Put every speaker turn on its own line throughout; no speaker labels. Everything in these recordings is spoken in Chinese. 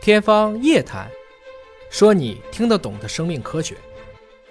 天方夜谭，说你听得懂的生命科学。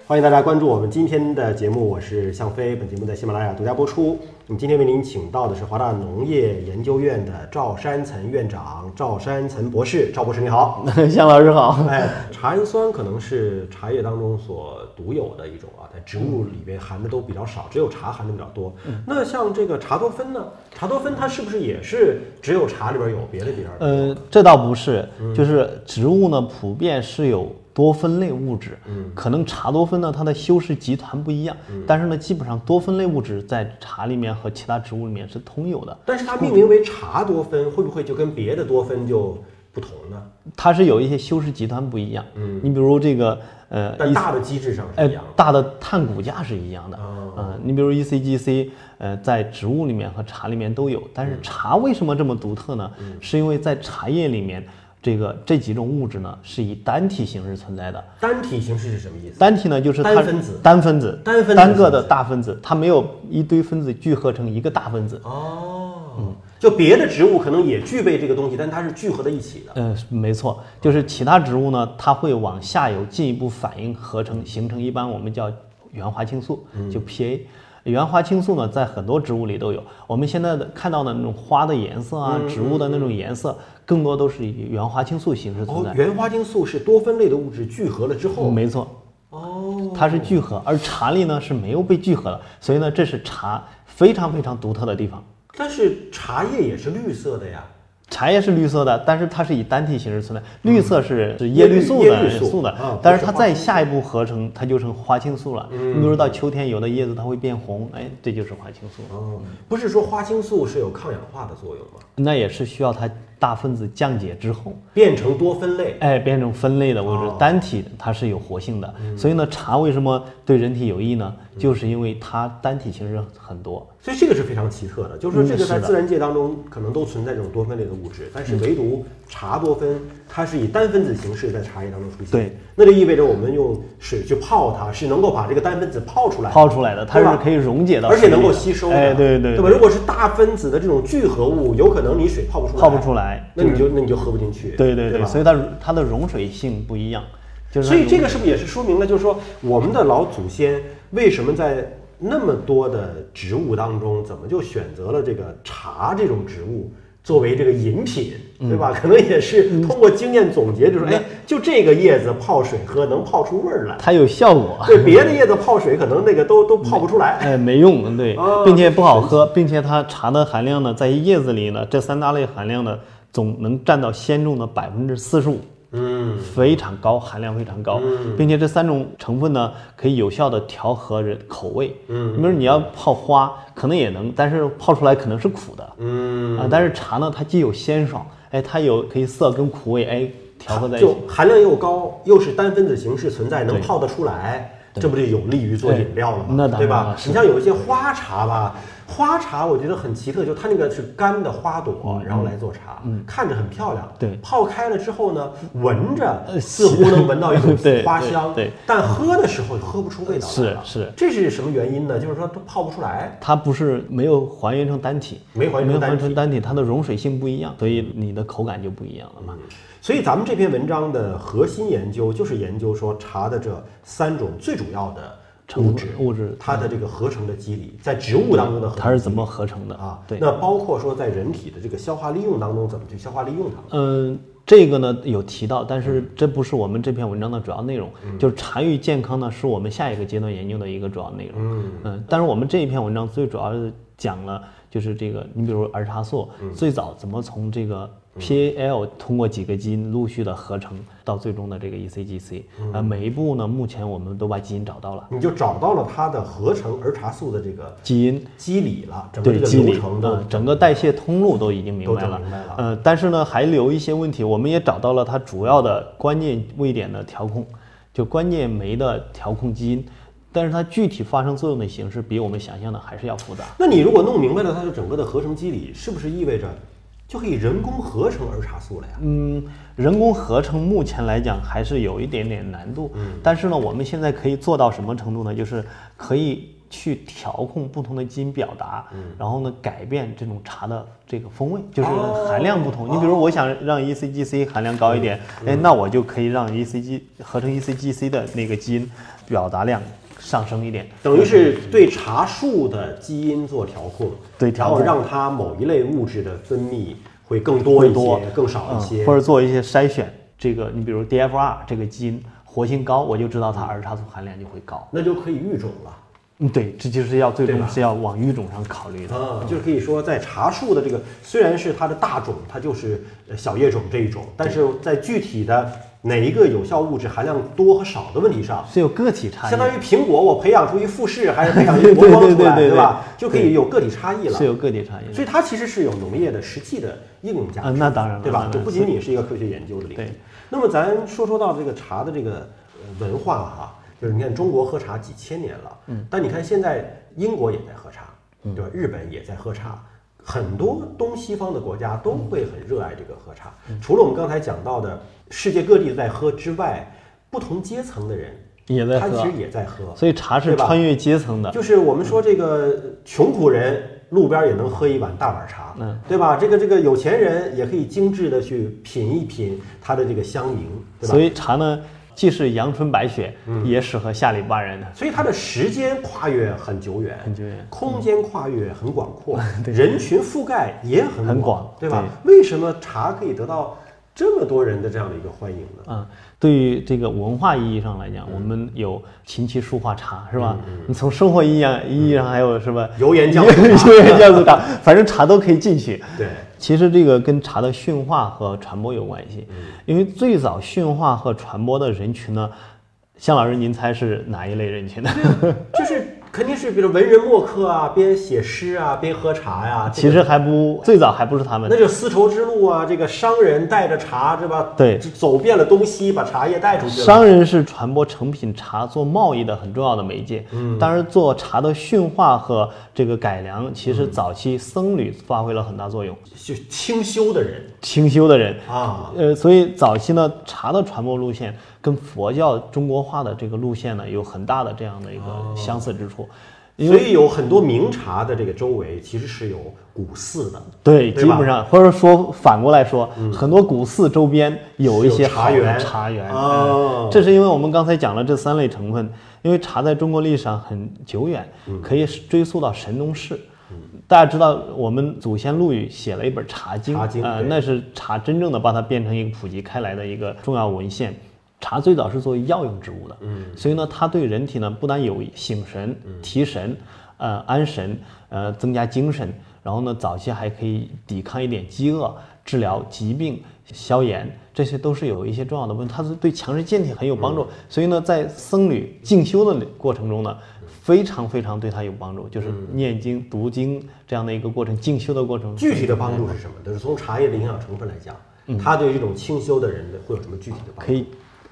欢迎大家关注我们今天的节目，我是向飞。本节目在喜马拉雅独家播出。我们今天为您请到的是华大农业研究院的赵山岑院长、赵山岑博士。赵博士，你 好。
向老师好，
哎，茶氨酸可能是茶叶当中所独有的一种啊，在植物里边含的都比较少，只有茶含的比较多。
嗯
那像这个茶多酚呢？茶多酚它是不是也是只有茶里边有，别的地方？
呃，这倒不是，
嗯
就是植物呢普遍是有多酚类物质，
嗯
可能茶多酚呢它的修饰集团不一样，但是呢基本上多酚类物质在茶里面和其他植物里面是通有的，
但是它命名为茶多酚，会不会就跟别的多酚就不同呢？
它是有一些修饰集团不一样，嗯，你比如这个呃
但大的机制上是
哎
一样的。，
大的碳骨架是一样的。
哦
嗯，你比如 ECGC，呃，在植物里面和茶里面都有，但
嗯
是茶为什么这么独特呢？是因为在茶叶里面，这个这几种物质呢是以单体形式存在的。
单体形式是什么意思？
单体呢就是它
单分子
单分子，
单分子
单个的大分子，它没有一堆分子聚合成一个大分子。
哦，就别的植物可能也具备这个东西，但它是聚合在一起的。
嗯，没错，就是其他植物呢，它会往下游进一步反应合成，形成一般我们叫原花青素，就 PA。原花青素呢，在很多植物里都有。我们现在的看到的那种花的颜色啊，植物的那种颜色，更多都是以原花青素形式存
哦
在，。
原花青素是多酚类的物质聚合了之后。
没错，
哦，
它是聚合，而茶里呢是没有被聚合的，所以呢，这是茶非常非常独特的地方。
但是茶叶也是绿色的呀。
茶叶是绿色的，但是它是以单体形式存在，绿色是是叶
嗯叶绿
绿素
叶
的哎
绿素
素的
啊，
但
不
是
是
它
花嗯
再下一步合成，它就成花青素了。你比如到秋天，有的叶子它会变红，哎，这就是花青素。
哦，不是说花青素是有抗氧化的作用吗？
那也是需要它大分子降解之后，
变成多酚类。
哎，变成分类的物质
哦，嗯
单体它是有活性的。所以呢，茶为什么对人体有益呢？就是因为它单体形式很多。
所以这个是非常奇特的，就是说
嗯
这个在
是的嗯
自然界当中可能都存在这种多酚类的物质，但是唯独茶多酚，它是以单分子形式在茶叶当中出现。
对，
那就意味着我们用水去泡它，是能够把这个单分子泡出来的，
泡出来的，它
对吧
是可以溶解到
而且
水里
能够
的
吸收的。
哎，对
对
对
吧？如果是大分子的这种聚合物，有可能你水泡不出来，
泡不出来
那你就那你就喝不进去。
对对
吧
对，所以它它的溶水性不一样，就是它
所以这
溶
个是不是也是说明了，就是说我们的老祖先为什么在那么多的植物当中，怎么就选择了这个茶这种植物作为这个饮品，
嗯
对吧？可能也是通过经验总结，就是哎，就这个叶子泡水喝能泡出味儿 来，
它有效果。
对别的叶子泡水可能那个都都泡不出来。
哎，没用，对
哦，
并且不好喝，并且它茶的含量呢，在叶子里呢，这三大类含量呢，总能占到鲜重的百分之四十五，
嗯，
非常高，含量非常高，并且这三种成分呢，可以有效的调和人口味。嗯，比如你要泡花，可能也能，但是泡出来可能是苦的。
嗯，
啊，但是茶呢，它既有鲜爽，哎，它有可以涩跟苦味，哎，调和在一起
就。含量又高，又是单分子形式存在，能泡得出来，这不就有利于做饮料了
对
吗？
那当然
对吧
了？是
你像有一些花茶吧，花茶我觉得很奇特，就它那个是干的花朵，然后来做茶，看着很漂亮。
嗯对
泡开了之后呢，闻着
呃
似乎能闻到一种
对
花香，
对对
但喝的时候就喝不出味道来了。
是是
这是什么原因呢？就是说它泡不出来。
它不是没有还原成单体，
没还原成
没有
单
还原
体
成单体，它的溶水性不一样，所以你的口感就不一样了嘛。
所以咱们这篇文章的核心研究就是研究说茶的这三种最主要的物质，
物质
它的这个合成的机理，在植物当中的合成
它是怎么合成的
啊？
对，
那包括说在人体的这个消化利用当中，怎么去消化利用它？
嗯、这个呢有提到，但是这不是我们这篇文章的主要内容，
嗯
就是茶与健康呢是我们下一个阶段研究的一个主要内容。
嗯
但是我们这一篇文章最主要是讲了，就是这个，你比如儿茶素、
嗯
最早怎么从这个 PAL 通过几个基因陆续的合成到最终的这个 E ECGC，、呃，
嗯
每一步呢，目前我们都把基因找到了。
你就找到了它的合成儿茶素的这个
基因
机理了，整个这
对
个
机
流
理
程
呃
的
整个代谢通路都已经明
都
白
整
了，
明白了
呃，但是呢还留一些问题，我们也找到了它主要的关键位点的调控，就关键酶的调控基因，但是它具体发生作用的形式比我们想象的还是要复杂。
那你如果弄明白了它的整个的合成机理，是不是意味着就可以人工合成儿茶素了呀？
嗯，人工合成目前来讲
嗯
还是有一点点难度，但是呢，我们现在可以做到什么程度呢？就是可以去调控不同的基因表达，
嗯
然后呢改变这种茶的这个风味，就是
哦嗯
含量不同。你比如我想让 E ECGC 含量高一点，哎，那我就可以让 ECG 合成 E ECGC 的那个基因表达量上升一点。
等于是对茶树的基因做调控，
对
然
调
后
控
让它某一类物质的分泌会更多一
会多
些，更少一些，
嗯或者做一些筛选。这个你比如 DFR 这个基因活性高，我就知道它儿茶素含量就会高。
那就可以育种了。
嗯，对，这就是要最
对吧
终是要往育种上考虑的。
啊，就是可以说，在茶树的这个虽然是它的大种，它就是呃小叶种这一种，但是在具体的哪一个有效物质含量多和少的问题上，
是有个体差异
相当
的，
于苹果，我培养出一富士还是培养一国光
对对对
出来，
对对
吧？
对
就可以有个体差异了
是。有个体差异
所
的。
以它其实是有农业的实际的应用价值。
啊那当然了
对
当
吧？
然
这不仅仅是一个科学研究的领域。
对。
那么咱说说到这个茶的这个呃文化哈、就是你看中国喝茶几千年了，嗯，但你看现在英国也在喝茶，
嗯
对吧？日本也在喝茶。很多东西方的国家都
嗯
会很热爱这个喝茶，除了我们刚才讲到的世界各地在喝之外，不同阶层的人
也在
他
喝
其实也在喝。
所以茶是
对吧
穿越阶层的，
就是我们说这个穷苦人路边也能喝一碗大碗茶，
嗯，
对吧？这个这个有钱人也可以精致的去品一品它的这个香茗，对吧？
所以茶呢既是阳春白雪，也适合下里巴人的。
所以它的时间跨越很久远，
很久远嗯
空间跨越很广阔，人群覆盖也很
很
广
广，
对吧？为什么茶可以得到这么多人的这样的一个欢迎呢？
啊，对于这个文化意义上来讲，我们有琴棋书画茶，是吧？你从生活意义上意义上还有什么
油盐酱醋茶
油盐酱醋茶，反正茶都可以进去。
对，
其实这个跟茶的驯化和传播有关系，因为最早驯化和传播的人群呢，向老师您猜是哪一类人群呢？
就是肯定是比如文人墨客啊，边写诗啊，边喝茶呀、这个
其实还不最早还不是他们
那，就丝绸之路啊，这个商人带着茶，对吧？
对
就走遍了东西，把茶叶带出去了。
商人是传播成品茶做贸易的很重要的媒介，嗯，当然做茶的驯化和这个改良，其实早期僧侣发挥了很大作用，
就清修的人
清修的人。
啊，
呃，所以早期呢，茶的传播路线跟佛教中国化的这个路线呢，有很大的这样的一个相似之处。因
所
为
以有很多名茶的这个周围其实是有古寺的。
对，
对
基
吧嗯
本上或者说反过来说，很多古寺周边有一些
是有茶
好的
园
茶园。
哦
嗯这是因为我们刚才讲了这三类成分，因为茶在中国历史上很久远，
嗯
可以追溯到神农氏。大家知道，我们祖先陆羽写了一本《茶经》，
茶经
呃，
对
那是茶真正的把它变成一个普及开来的一个重要文献。茶最早是作为药用植物的，嗯，所以呢，它对人体呢不但有醒神、提神、呃安神、呃增加精神，然后呢，早期还可以抵抗一点饥饿、治疗疾病、消炎，这些都是有一些重要的问题，它是对强身健体很有帮助。所以呢，在僧侣进修的过程中呢，非常非常对他有帮助，就是念经、读经这样的一个过程，进修的过程。
具体的帮助是什么？就是从茶叶的营养成分来讲，它对这种清修的人的会有什么具体的帮助？
嗯可以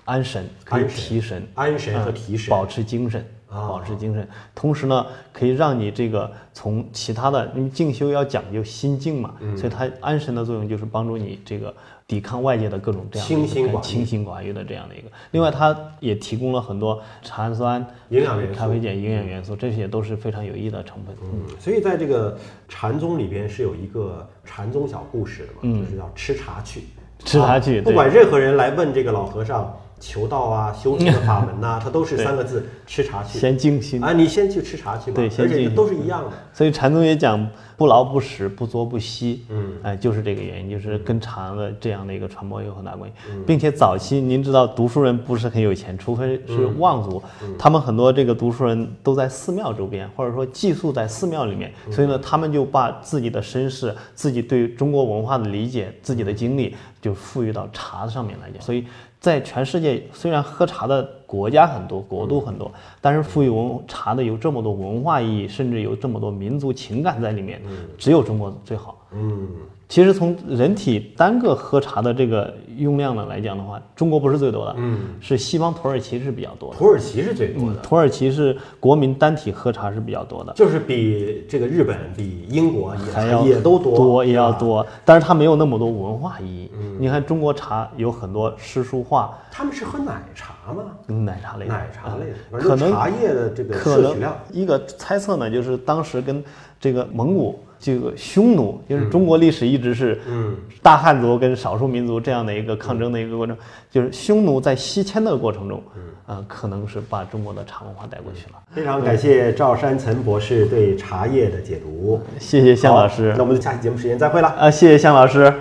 安神，可以
安神
提神，
安神和提神
保持精神，
啊
保持精神。同时呢，可以让你这个从其他的，因为静修要讲究心境嘛，
嗯
所以它安神的作用就是帮助你这个抵抗外界的各种这样的一
清
个
心寡欲
清心寡欲的这样的一个。另外，它也提供了很多茶氨酸、
营养元素
咖啡碱、营养元素，这些都是非常有益的成分。
嗯，所以在这个禅宗里边是有一个禅宗小故事的嘛，就是叫吃茶去，
嗯吃茶去
啊不
对
管任何人来问这个老和尚求道啊、修行的法门呐、 他都是三个字：吃茶去。
先静心。
啊，你先去吃茶去吧，
对
而
先
且
去
都是一样的。
所以禅宗也讲不劳不食，不作不息，
嗯，
哎、就是这个原因，就是跟茶的这样的一个传播有很大关系，并且早期您知道读书人不是很有钱，除非是望族，他们很多这个读书人都在寺庙周边，或者说寄宿在寺庙里面，所以呢，他们就把自己的身世、自己对中国文化的理解、自己的经历，就赋予到茶上面来讲，所以。在全世界，虽然喝茶的国家很多，国度很多，但是赋予文茶的有这么多文化意义，甚至有这么多民族情感在里面，只有中国最好。
嗯，
其实从人体单个喝茶的这个用量呢来讲的话，中国不是最多的，
嗯，
是西方土耳其是比较多的。
土耳其是最多
嗯
的，，
土耳其是国民单体喝茶是比较多的，
就是比这个日本、比英国也
还要
也都
多也要。
是吧
多，但是它没有那么多文化意义。你看中国茶有很多诗书画、
他们是喝奶茶吗？
嗯奶茶类的、
奶茶类的，
嗯
反
可
正
能
茶叶的这个
可
摄取
能
量，
一个猜测呢，就是当时跟这个蒙古、这个匈奴，就是中国历史一直是
嗯，
大汉族跟少数民族这样的一个抗争的一个过程，就是匈奴在西迁的过程中，
嗯
呃，可能是把中国的茶文化带过去了。
非常感谢赵山岑博士对茶叶的解读，
谢谢向老
好
师
那，我们就下期节目时间再会了。
啊，谢谢向老师。